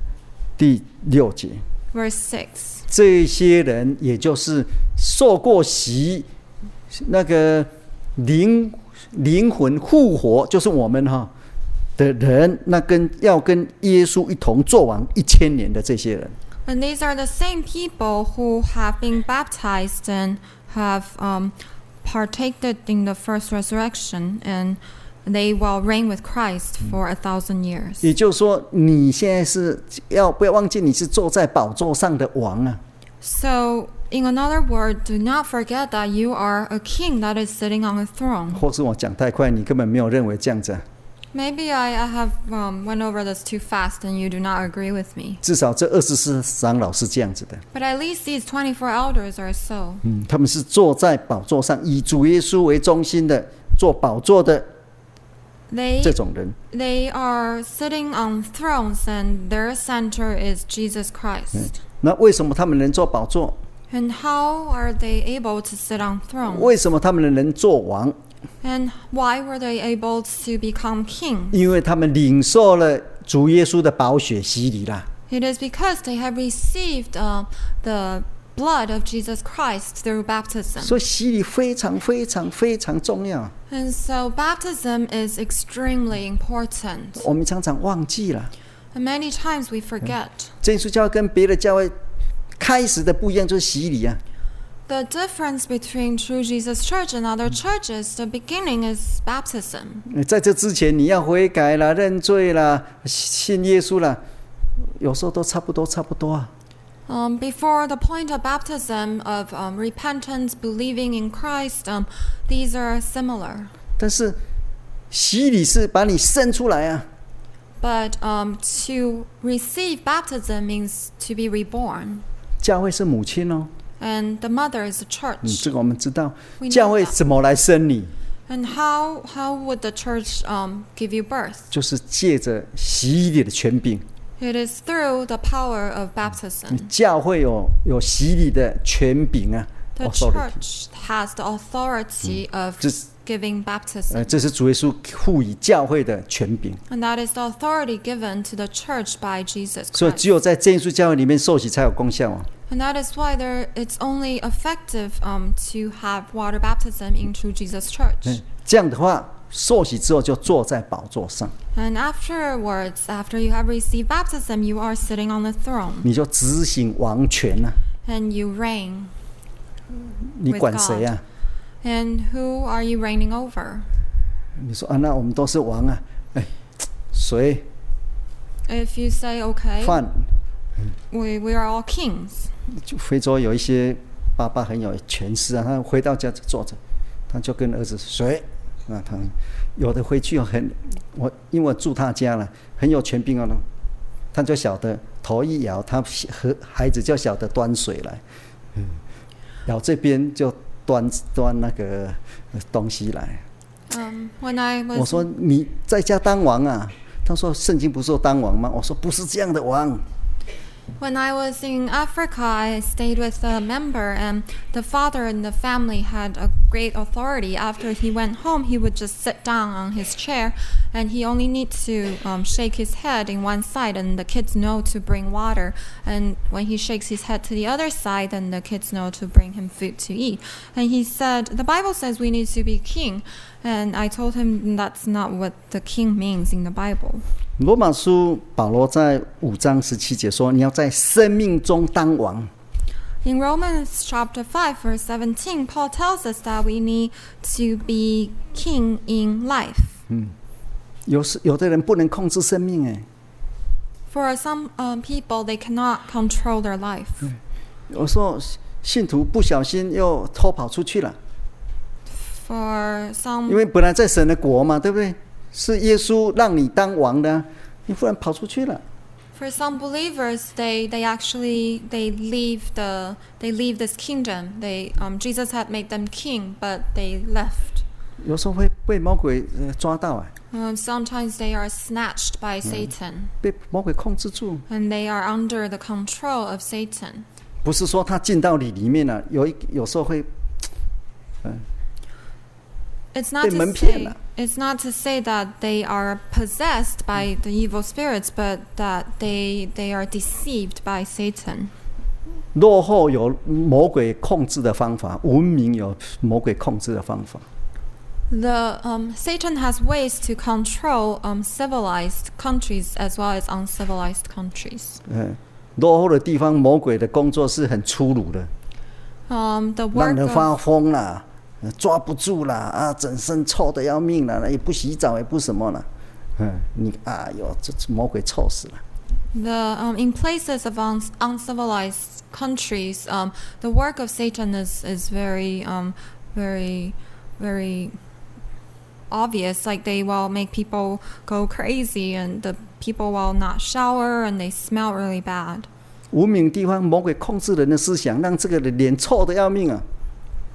Speaker 1: 第六节。
Speaker 2: verse 6.
Speaker 1: 这些人也就是受过洗，那个灵灵魂复活，就是我们哈的人，那跟要跟耶稣一同做完一千年的这些人，
Speaker 2: And these are the same people who have been baptized and have um, partaked in the first resurrection, and they will reign with Christ for a thousand years.
Speaker 1: 也就是说，你现在是要不要忘记你是坐在宝座上的王啊？
Speaker 2: So, in another word, do not forget that you are a king that is sitting on a throne.
Speaker 1: 或是我讲太快，你根本没有认为这样子、啊。
Speaker 2: Maybe I, I have um, went over this too fast and you do not agree with me.
Speaker 1: 至少这二十四长老是这样子的，
Speaker 2: But at least these 24 elders are so.
Speaker 1: 嗯，他们是坐在宝座上，以主耶稣为中心的做宝座的
Speaker 2: They
Speaker 1: 这种人。
Speaker 2: They are sitting on thrones and their center is Jesus Christ.
Speaker 1: 那为什么他们能做宝座？
Speaker 2: And how are they able to sit on thrones?
Speaker 1: 为什么他们能做王？
Speaker 2: And why were they able to become king?
Speaker 1: 因为他们领受了主耶稣的宝血洗礼啦。
Speaker 2: It is because they have received uh, the blood of Jesus Christ through baptism.
Speaker 1: 所以洗礼非常非常非常重要，啊
Speaker 2: And so baptism is extremely important.
Speaker 1: 我们常常忘记了。
Speaker 2: And many times we forget.
Speaker 1: 真耶稣教会跟别的教会开始的不一样，就是洗礼啊。
Speaker 2: The difference between True Jesus Church and other churches, the beginning is baptism.
Speaker 1: 呃在这之前，你要悔改啦、认罪啦、信耶稣啦，有时候都差不多，差不多啊。
Speaker 2: Um, before the point of baptism, of um, repentance, believing in Christ, um, these are similar.
Speaker 1: 但是洗礼是把你生出来啊，
Speaker 2: But um, to receive baptism means to be reborn.
Speaker 1: 教会是母亲哦，
Speaker 2: And the mother is the church.
Speaker 1: 嗯，这个我们知道
Speaker 2: We，know
Speaker 1: 教会
Speaker 2: that
Speaker 1: 怎么来生你，
Speaker 2: And how, how would the church um, give you birth?
Speaker 1: 就是借着洗礼的权柄。
Speaker 2: It is through the power of baptism.
Speaker 1: 教会有有洗礼的权柄啊
Speaker 2: The
Speaker 1: ，authority，Mm,
Speaker 2: church has the authority of
Speaker 1: Just-
Speaker 2: giving
Speaker 1: 呃，
Speaker 2: baptism.
Speaker 1: 这是主耶稣赋予教会的权柄，
Speaker 2: And that is the authority given to the church by Jesus
Speaker 1: 所以
Speaker 2: Christ.
Speaker 1: 只有在真耶稣教会里面受洗才有功效啊。
Speaker 2: And that is why there, it's only effective um, to have water baptism in true Jesus Church.
Speaker 1: 嗯，这样的话，受洗之后就坐在宝座上，
Speaker 2: And afterwards, after you have received baptism, you are sitting on the throne
Speaker 1: 你就执行王权啊，
Speaker 2: and you reign.
Speaker 1: 你管谁啊？
Speaker 2: And who are you reigning over?
Speaker 1: 你说啊，那我们都是王啊，哎，谁
Speaker 2: If you say, okay,
Speaker 1: 犯？
Speaker 2: we, we are all kings.
Speaker 1: 就非洲有一些爸爸很有权势啊，他回到家就坐着，他就跟儿子谁？那他有的回去很，我因为我住他家了，很有权柄啊，他就晓得头一摇，他和孩子就晓得端水来，嗯，然后这边就端端那个呃东西来。
Speaker 2: Um, when I
Speaker 1: 我
Speaker 2: was
Speaker 1: 说你在家当王啊？他说圣经不是说当王吗？我说不是这样的王。
Speaker 2: when I was in Africa, I stayed with a member, and the father in the family had a great authority. After he went home, he would just sit down on his chair, and he only need to um, shake his head in one side, and the kids know to bring water. And when he shakes his head to the other side, then the kids know to bring him food to eat. And he said, "The Bible says we need to be king," and I told him that's not what the king means in the Bible.
Speaker 1: 罗马书保罗在五章十七节说：“你要在生命中当王。
Speaker 2: In Romans chapter 5, verse 17, Paul tells us that we need to be king in life.
Speaker 1: 有时有的人不能控制生命，哎，
Speaker 2: For some um, people, they cannot control their life.
Speaker 1: 有时候信徒不小心又偷跑出去了，
Speaker 2: For
Speaker 1: 因
Speaker 2: some,
Speaker 1: 为本来在神的国嘛，对不对？是耶稣让你当王的啊，你忽然跑出去了，
Speaker 2: for some believers, they, they actually they leave the they leave this kingdom. They um, Jesus had made them king, but they left.
Speaker 1: 有时候会被魔鬼呃抓到啊，
Speaker 2: Um, sometimes they are snatched by Satan,
Speaker 1: 被魔鬼控制住。
Speaker 2: and they are under the control of Satan.
Speaker 1: 不是说他进到你里面了、有一有时候会
Speaker 2: It's not to
Speaker 1: 被蒙骗了。
Speaker 2: say it's not to say that they are possessed by the evil spirits, but that they they are deceived by Satan.
Speaker 1: 落后有魔鬼控制的方法，文明有魔鬼控制的方法。
Speaker 2: The um, Satan has ways to control um, civilized countries as well as uncivilized countries.
Speaker 1: 嗯，落后的地方，魔鬼的工作是很粗鲁的，
Speaker 2: Um, the
Speaker 1: 让
Speaker 2: work
Speaker 1: 人
Speaker 2: of,
Speaker 1: 发疯啦，呃抓不住啦，啊，整身臭的要命了，也不洗澡，也不什么了，嗯，你啊哟，这这魔鬼臭死了。
Speaker 2: the um, in places of uns uncivilized countries, um, the work of Satan is is very um, very very obvious. Like they will make people go crazy, and the people will not shower, and they smell really bad.
Speaker 1: 无名地方，魔鬼控制人的思想，让这个人脸臭的要命啊！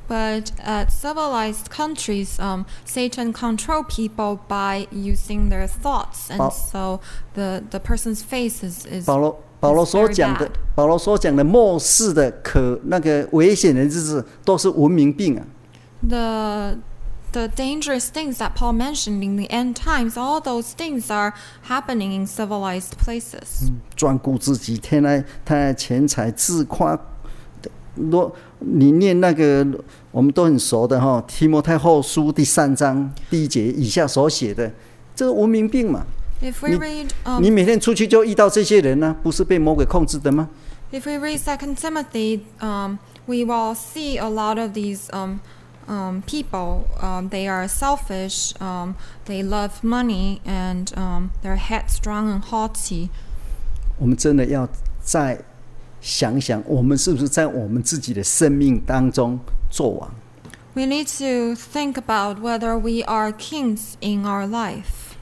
Speaker 2: But at civilized countries, um, Satan control people by using their thoughts, and
Speaker 1: Ba-
Speaker 2: so the the person's face is is
Speaker 1: 保罗保罗所讲
Speaker 2: It's very
Speaker 1: 的
Speaker 2: bad.，
Speaker 1: 保罗所讲的末世的可那个危险的日子，都是文明病啊！
Speaker 2: the the dangerous things that Paul mentioned in the end times, all those things are happening in civilized places.
Speaker 1: 专顾自己，贪爱贪爱钱财，自夸。若你念那个我们都很熟的哈，《提摩太后书》第三章第一节以下所写的，这是文明病嘛？
Speaker 2: If we
Speaker 1: Ni-
Speaker 2: read um,
Speaker 1: 你每天出去就遇到这些人呢、不是被魔鬼控制的吗？
Speaker 2: if we read Second Timothy, um, we will see a lot of these um, um, people. Um, they are selfish. Um, they love money, and um, they're headstrong and haughty.
Speaker 1: 我们真的要在想一想，我们是不是在我们自己的生命当中做王？
Speaker 2: We need to think about whether we are kings in our life.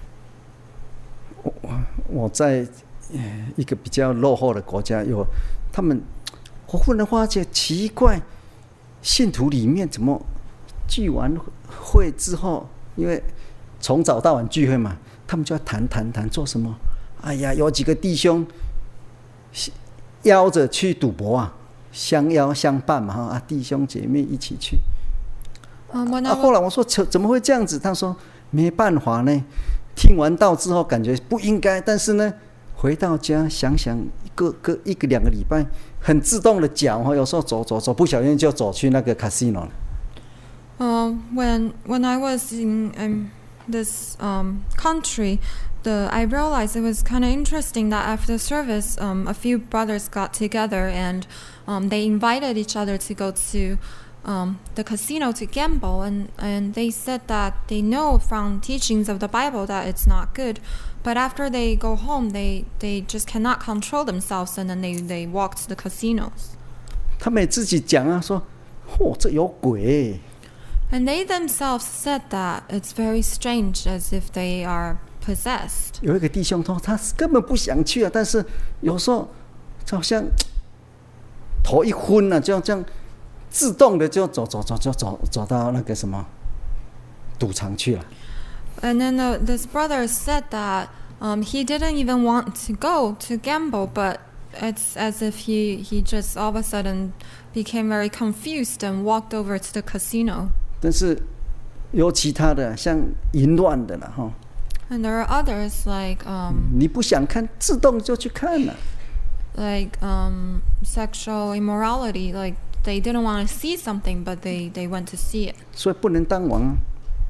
Speaker 1: 我在呃一个比较落后的国家，有他们，我忽然发觉奇怪，信徒里面怎么聚完会之后，因为从早到晚聚会嘛，他们就要谈谈谈做什么？哎呀，有几个弟兄邀着去赌博啊，相邀相伴嘛哈啊，弟兄姐妹一起去。
Speaker 2: Um, when I
Speaker 1: 啊，
Speaker 2: was
Speaker 1: 后来我说怎怎么会这样子？他说没办法呢，听完道之后感觉不应该，但是呢，回到家想想一个个一个两个礼拜，很自动的讲哦，有时候走走走，不小心就走去那个 casino 了。
Speaker 2: Um, when when I was in um, this um, country, the I realized it was kind of interesting that after service, um, a few brothers got together and um, they invited each other to go to um, the casino to gamble, and and they said that they know from teachings of the Bible that it's not good, but after they go home, they they just cannot control themselves, and then they they walk to the casinos.
Speaker 1: 他们也自己讲啊，说嚯、这有鬼，
Speaker 2: And they themselves said that it's very strange, as if they are possessed.
Speaker 1: 有一个弟兄说他根本不想去啊，但是有时候好像头一昏了、啊，这样这样自动的就走走走走走走到那个什么赌场去了。
Speaker 2: And then uh, this brother said that um, he didn't even want to go to gamble, but it's as if he, he just all of a sudden became very confused and walked over to the casino.
Speaker 1: 但是有其他的像淫乱的了哈，
Speaker 2: And there are others like um,
Speaker 1: 你不想看，自动就去看了。
Speaker 2: like um, sexual immorality, like they didn't want to see something, but they, they went to see it.
Speaker 1: 所以不能当王啊。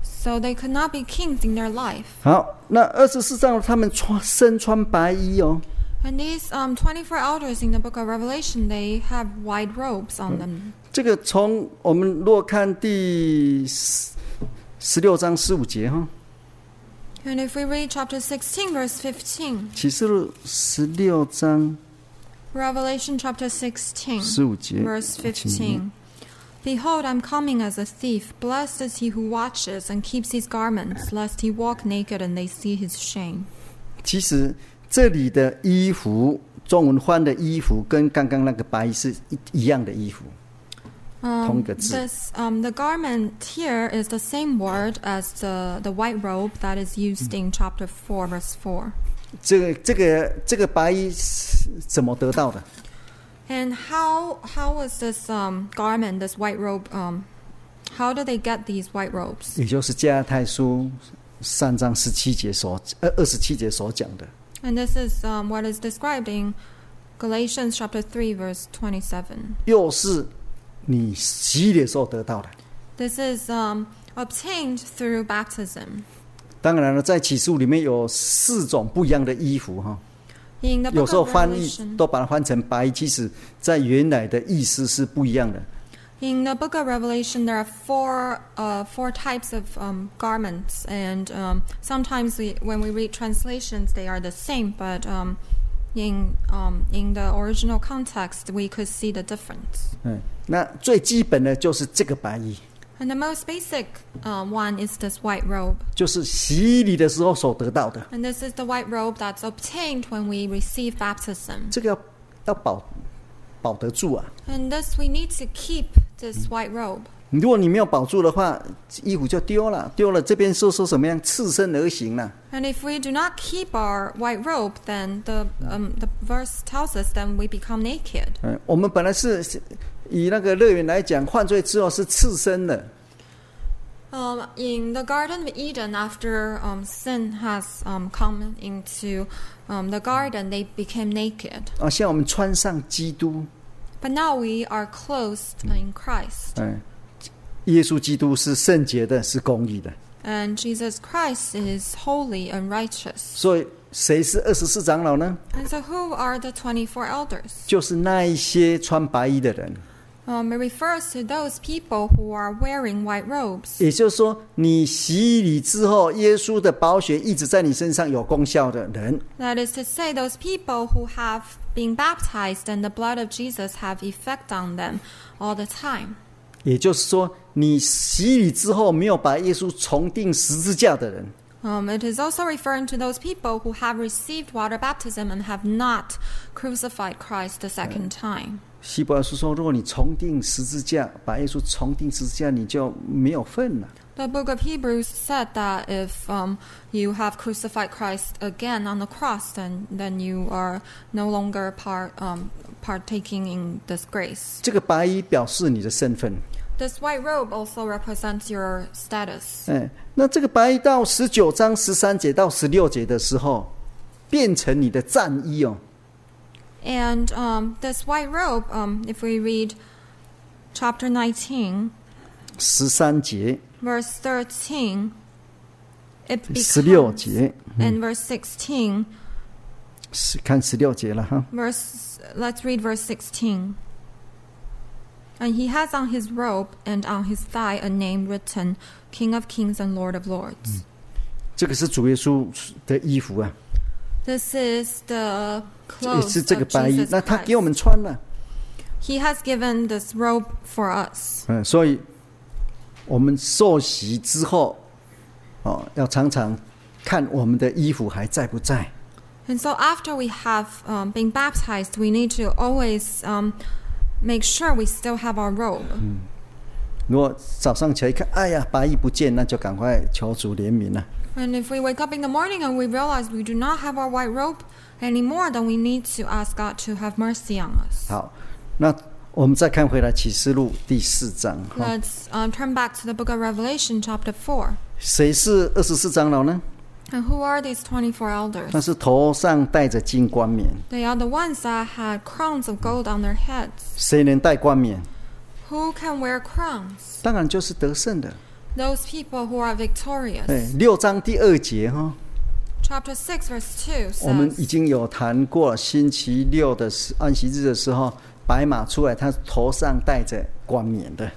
Speaker 2: So they could not be kings in their life.
Speaker 1: 好，那二十四章他们穿身穿白衣哦，
Speaker 2: And these um, 24 elders in the book of Revelation, they have white robes on them.
Speaker 1: 这个从我们若看第十十六章十五节哈，
Speaker 2: And if we read chapter 16, verse 15,
Speaker 1: 启示录十六章
Speaker 2: Revelation chapter 16,
Speaker 1: 十五节，
Speaker 2: verse
Speaker 1: 请念
Speaker 2: 15. Behold, I'm coming as a thief. Blessed is he who watches and keeps his garments, lest he walk naked and they see his shame.
Speaker 1: 其实这里的衣服，中文翻的衣服跟刚刚那个白衣是一一样的衣服，
Speaker 2: Um,
Speaker 1: 同一个字。
Speaker 2: this, um, the garment here is the same word as the, the white robe that is used in chapter 4, verse 4.
Speaker 1: 这个这个这个白衣是怎么得到的？
Speaker 2: And how how was this um, garment, this white robe? Um, how did they get these white robes?
Speaker 1: 也就是加拉太书三章十七节所呃二十七节所讲的，
Speaker 2: And this is um, what is described in Galatians chapter three, verse twenty-seven.
Speaker 1: 又是你洗礼的时候得到的。
Speaker 2: This is um, obtained through baptism.
Speaker 1: 当然了，在起诉里面有四种不一样的衣服哈，
Speaker 2: In the
Speaker 1: 有时
Speaker 2: book
Speaker 1: 候
Speaker 2: of
Speaker 1: 翻译
Speaker 2: Revelation,
Speaker 1: 都把它翻成白衣，其实在原来的意思是不一样的。
Speaker 2: in the book of Revelation, there are four uh, four types of um, garments, and um, sometimes we, when we read translations, they are the same, but um, in um, in the original context, we could see the difference.
Speaker 1: 嗯，那最基本的就是这个白衣，
Speaker 2: And the most basic uh, one is this white robe.
Speaker 1: 就是洗礼的时候所得到的，
Speaker 2: And this is the white robe that's obtained when we receive baptism.
Speaker 1: 这个要要保保得住啊。
Speaker 2: And thus, we need to keep this white robe.
Speaker 1: 如果你没有保住的话，衣服就丢了，丢了这边是说什么样？赤身而行了、
Speaker 2: And if we do not keep our white robe, then the, um, the verse tells us then we become naked.
Speaker 1: 嗯，我们本来是是以那个乐园来讲，犯罪之后是赤身的，
Speaker 2: Um, in the Garden of Eden, after um, sin has um, come into um, the garden, they became naked.
Speaker 1: 啊，像我们穿上基督，
Speaker 2: But now we are clothed in Christ.
Speaker 1: 嗯，耶稣基督是圣洁的，是公义的，
Speaker 2: And Jesus Christ is holy and righteous.
Speaker 1: 所以谁是二十四长老呢？
Speaker 2: And so, who are the 24 elders?
Speaker 1: 就是那一些穿白衣的人，
Speaker 2: Um, it refers to those people who are wearing white robes.
Speaker 1: 也就是说，你洗礼之后，耶稣的宝血一直在你身上有功效的人，
Speaker 2: That is to say, those people who have been baptized and the blood of Jesus have effect on them all the time.
Speaker 1: 也就是说，你洗礼之后没有把耶稣重定十字架的人，
Speaker 2: Um, it is also referring to those people who have received water baptism and have not crucified Christ the second time.
Speaker 1: 希伯来书说，如果你重定十字架，把耶稣重定十字架，你就没有份了。
Speaker 2: The book of Hebrews said that if um, you have crucified Christ again on the cross, then, then you are no longer part, um, partaking in this grace.
Speaker 1: 这个白衣表示你的身份，
Speaker 2: This white robe also represents your status.
Speaker 1: 哎，那这个白衣到十九章十三节到十六节的时候，变成你的战衣哦。
Speaker 2: And um, this white robe, um, if we read chapter 19,
Speaker 1: 十三节、
Speaker 2: verse 13, it
Speaker 1: 十六
Speaker 2: becomes,
Speaker 1: 节，
Speaker 2: and verse 16,
Speaker 1: 十看十六节了哈。
Speaker 2: verse let's read verse 16 and he has on his robe and on his thigh a name written king of kings and lord of lords
Speaker 1: 这个是主耶稣的衣服啊，
Speaker 2: this is the
Speaker 1: 这也
Speaker 2: clothes
Speaker 1: 是这个
Speaker 2: of
Speaker 1: 白衣
Speaker 2: Jesus。
Speaker 1: 那他
Speaker 2: Christ.
Speaker 1: 给我们穿了，
Speaker 2: he has given this robe for us
Speaker 1: 嗯，所以我们受洗之后，哦，要常常看我们的衣服还在不在。
Speaker 2: and so after we have um, been baptized we need to always um, make sure we still have our robe
Speaker 1: 如果早上起来一看，哎呀，白衣不见，那就赶快求主怜悯了、
Speaker 2: And if we wake up in the morning and we realize we do not have our white robe anymore, then we need to ask God to have mercy on us.
Speaker 1: 好，那我们再看回来启示录第四章哈，
Speaker 2: Let's um, turn back to the book of Revelation, chapter 4.
Speaker 1: 谁是二十四长老呢？
Speaker 2: And who are these 24 elders?
Speaker 1: 那是头上戴着金冠冕，
Speaker 2: They are the ones that had crowns of gold on their heads.
Speaker 1: 谁能戴冠冕？
Speaker 2: Who can wear crowns?
Speaker 1: 当然就是得胜的。
Speaker 2: Those people who are
Speaker 1: 哎
Speaker 2: victorious.，
Speaker 1: 六章第二节哈、
Speaker 2: Chapter 6, verse 2
Speaker 1: 我们已
Speaker 2: says,
Speaker 1: 经有谈过星期六的时安息日的时候，白马出来，它头上戴着冠冕的，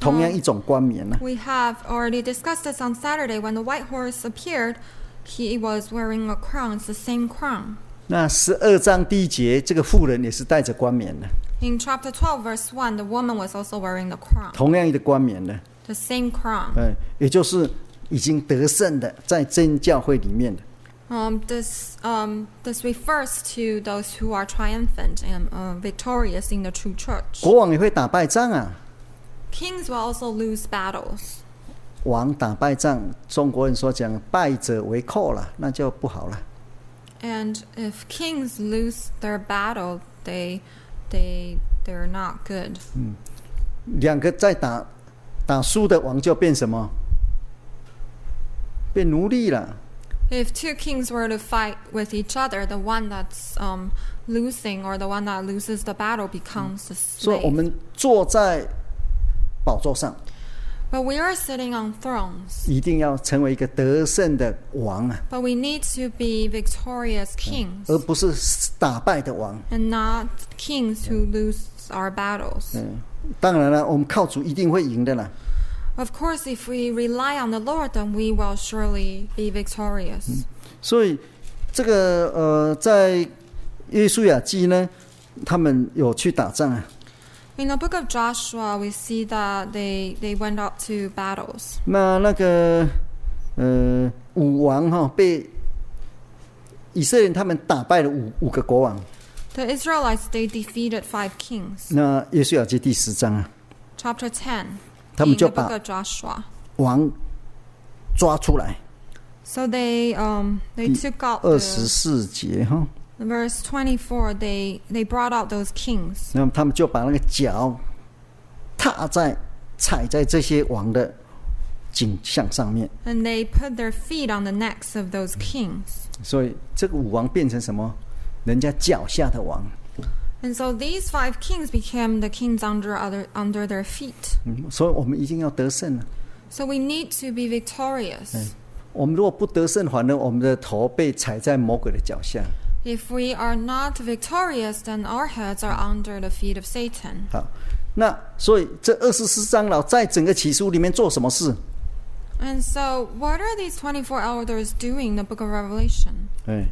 Speaker 1: 同样一种冠冕啊呢、
Speaker 2: We have already discussed this on Saturday when the white horse appeared. He was wearing a crown, it's the same crown.
Speaker 1: 那十二章第一节，这个妇人也是戴着冠冕的，
Speaker 2: In chapter 12, verse 1, the woman was also wearing the crown,
Speaker 1: 同样的冠冕的，
Speaker 2: the same crown.
Speaker 1: 嗯，也就是已经得胜的，在真教会里面的。
Speaker 2: Um, this, um, this refers to those who are triumphant and uh, victorious in the true church.
Speaker 1: 国王也会打败仗啊，
Speaker 2: Kings will also lose battles.
Speaker 1: 王打败仗，中国人说讲败者为寇了，那就不好了。
Speaker 2: And if kings lose their battle, they, they, they're not good.
Speaker 1: 两个在打打输的王就变什么？变奴隶了。
Speaker 2: If two kings were to fight with each other, the one that's um, losing or the one that loses the battle becomes the
Speaker 1: 所以我
Speaker 2: slave.
Speaker 1: 们坐在宝座上，
Speaker 2: But we are sitting on thrones.
Speaker 1: 一定要成为一个得胜的王啊，
Speaker 2: But we need to be victorious kings
Speaker 1: 而不是打败的王。
Speaker 2: and not kings who lose our battles.
Speaker 1: 嗯，当然了，我们靠主一定会赢的啦。
Speaker 2: Of course, if we rely on the Lord, then we will surely be victorious.
Speaker 1: 所以这个呃，在约书亚记呢，他们有去打仗啊。
Speaker 2: In the book of Joshua, we see that they, they went out to battles.
Speaker 1: 那那个呃，武王哈、被以色列人他们打败了五五个国王。
Speaker 2: The Israelites, they defeated five kings.
Speaker 1: 那约书亚记第十章啊，
Speaker 2: Chapter 10,
Speaker 1: 他们
Speaker 2: in the
Speaker 1: 就把-
Speaker 2: book of Joshua.
Speaker 1: 王抓出来，
Speaker 2: So they, um, they
Speaker 1: 第
Speaker 2: took out
Speaker 1: 二十
Speaker 2: the,
Speaker 1: 四节哈、
Speaker 2: verse 24, they, they brought out those kings.
Speaker 1: 那么他们就把那个脚踏在踩在这些王的颈项上面，
Speaker 2: And they put their feet on the necks of those kings.
Speaker 1: 所以这个武王变成什么？人家脚下的王，
Speaker 2: And so these five kings became the kings under other under their feet.
Speaker 1: 嗯，所以我们一定要得胜啊！
Speaker 2: So we need to be victorious.
Speaker 1: 我们如果不得胜，反而我们的头被踩在魔鬼的脚下。
Speaker 2: If we are not victorious, then our heads are under the feet of Satan.
Speaker 1: 好，那所以这二十四长老在整个起诉里面做什么事？
Speaker 2: And so, what are these 24 elders doing in the book of Revelation?
Speaker 1: 哎，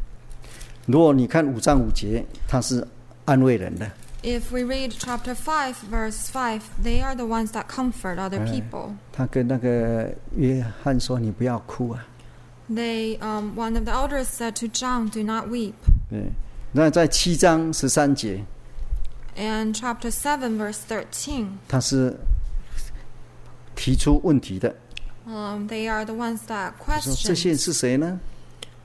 Speaker 1: 如果你看五章五节，他是安慰人的。
Speaker 2: If we read chapter 5, verse 5, they are the ones that comfort other
Speaker 1: Right.
Speaker 2: people.
Speaker 1: 他跟那个约翰说：“你不要哭啊。
Speaker 2: They, um, one of the elders said to John, Do not weep. ”
Speaker 1: 对。哎那在七章十三节，
Speaker 2: And chapter 7, verse 13,
Speaker 1: 他是提出问题的，
Speaker 2: um, they are the ones that
Speaker 1: 他说：“这
Speaker 2: question.
Speaker 1: 些人是谁呢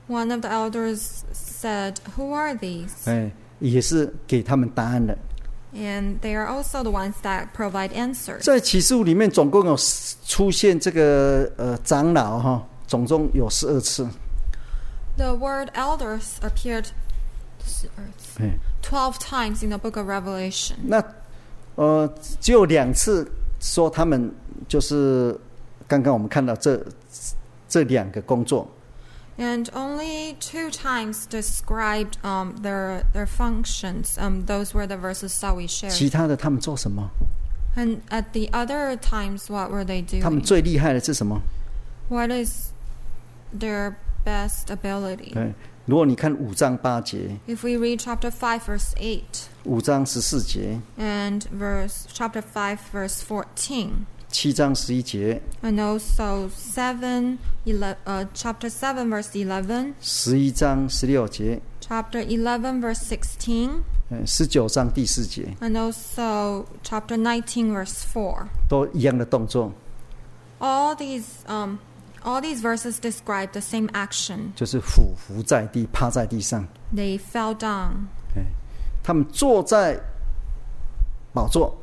Speaker 2: One of the elders said, Who are？”these?
Speaker 1: 哎，也是给他们答案的。
Speaker 2: And they are also the ones that provide answers.
Speaker 1: 在起诉里面，总共有十出现这个呃长老哈、总共有十二次。
Speaker 2: The word elders appeared
Speaker 1: 哎，
Speaker 2: 12 times in the book of Revelation.
Speaker 1: 那呃只有两次说他们就是刚刚我们看到这这两个工作，
Speaker 2: And only two times described um, their their functions. Um, those were the verses that we
Speaker 1: 其
Speaker 2: shared.
Speaker 1: 他的他们做什么？
Speaker 2: And at the other times, what were they
Speaker 1: 他们
Speaker 2: doing?
Speaker 1: 最厉害的是什么？
Speaker 2: What is their best ability?
Speaker 1: 对，哎如果你看五章八节、
Speaker 2: If we read chapter five, verse eight,
Speaker 1: 五章十四节、
Speaker 2: and verse chapter five, verse fourteen,
Speaker 1: 七章十一节、
Speaker 2: and also seven, ele- uh, chapter seven, verse eleven,
Speaker 1: 十一章十六节、
Speaker 2: chapter eleven, verse sixteen,
Speaker 1: 嗯，十九章第四节，
Speaker 2: and also chapter nineteen, verse four.
Speaker 1: 都一样的动作，
Speaker 2: All these um, all these verses describe the same action.
Speaker 1: 就是俯伏在地，趴在地上。
Speaker 2: They fell down.
Speaker 1: 哎，他们坐在宝座，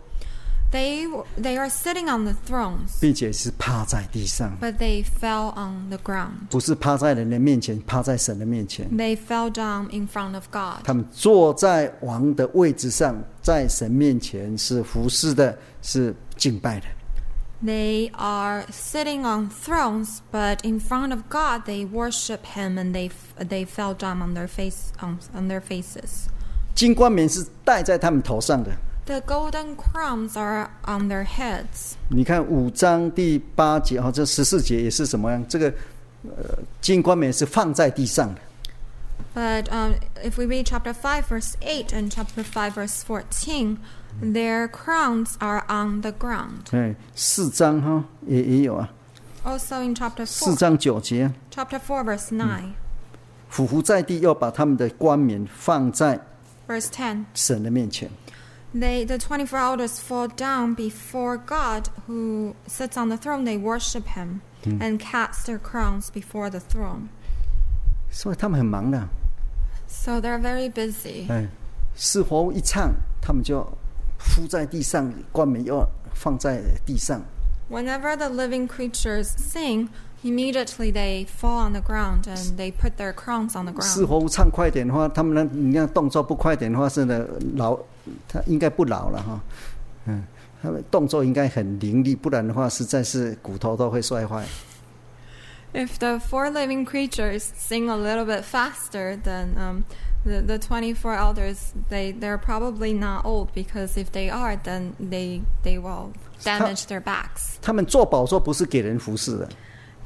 Speaker 2: They w- they are sitting on the thrones,
Speaker 1: 并且是趴在地上，
Speaker 2: but they fell on the ground.
Speaker 1: 不是趴在人的面前，趴在神的面前。
Speaker 2: They fell down in front of God.
Speaker 1: 他们坐在王的位置上，在神面前是服侍的，是敬拜的。
Speaker 2: They are sitting on thrones, but in front of God they worship Him, and they f- they fell down on their face on, on their faces.
Speaker 1: 金冠冕是戴在他们头上的。
Speaker 2: The golden crowns are on their heads.
Speaker 1: 你看五章第八节哦，这十四节也是什么样？这个呃，金冠冕是放在地上的，
Speaker 2: But um, if we read chapter 5, verse 8 and chapter 5, verse 14, their crowns are on the ground.
Speaker 1: 哎，四章哈、也也有啊，
Speaker 2: Also in chapter
Speaker 1: 四
Speaker 2: 4,
Speaker 1: 章九节，
Speaker 2: chapter 4, verse 9,
Speaker 1: 俯伏在地，要把他们的冠冕放在
Speaker 2: verse 10,
Speaker 1: 神的面前。
Speaker 2: they, the 24 elders fall down before God who sits on the throne. They worship him and cast their crowns before the throne.
Speaker 1: 所以他们很忙啊的，
Speaker 2: So they're very busy.
Speaker 1: 哎，是否一唱，他们就伏在地上，冠冕要放在地上。
Speaker 2: Whenever the living creatures sing, immediately they fall on the ground and they put their crowns on the
Speaker 1: 是
Speaker 2: ground.
Speaker 1: 否唱快点的话，他们那你那动作不快点的话，真的老，他应该不老了哈。嗯，他们动作应该很凌厉，不然的话，实在是骨头都会摔坏。
Speaker 2: If the four living creatures sing a little bit faster, then um, the, the 24 elders, they, they're probably not old because if they are, then they, they will damage their backs.
Speaker 1: 他们做宝座不是给人服侍的，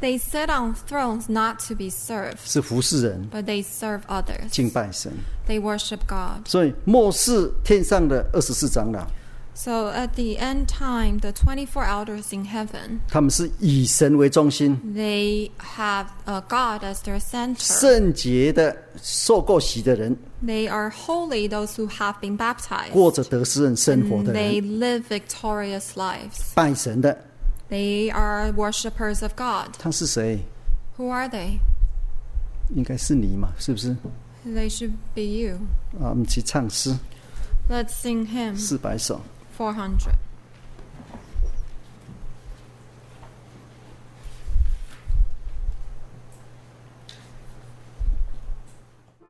Speaker 2: They sit on thrones not to be served,
Speaker 1: 是服侍人，
Speaker 2: but they serve others.
Speaker 1: 敬拜神。
Speaker 2: They worship God.
Speaker 1: 所以漠视天上的二十四长老，
Speaker 2: So at the end time, the 24 elders in heaven,
Speaker 1: 他们是以神为中心，
Speaker 2: they have uh, God as their center.
Speaker 1: 圣洁的受过洗的人，
Speaker 2: They are holy, those who have been baptized.
Speaker 1: 过着得诗人生活
Speaker 2: And
Speaker 1: 的
Speaker 2: They
Speaker 1: 人，
Speaker 2: live victorious lives.
Speaker 1: 拜神的，
Speaker 2: They are worshippers of God.
Speaker 1: 他是谁？
Speaker 2: Who are they?
Speaker 1: 应该是你嘛，是不是？
Speaker 2: They should be you.
Speaker 1: 啊，我们去唱诗
Speaker 2: Let's sing hymn
Speaker 1: 四百首。
Speaker 2: 400.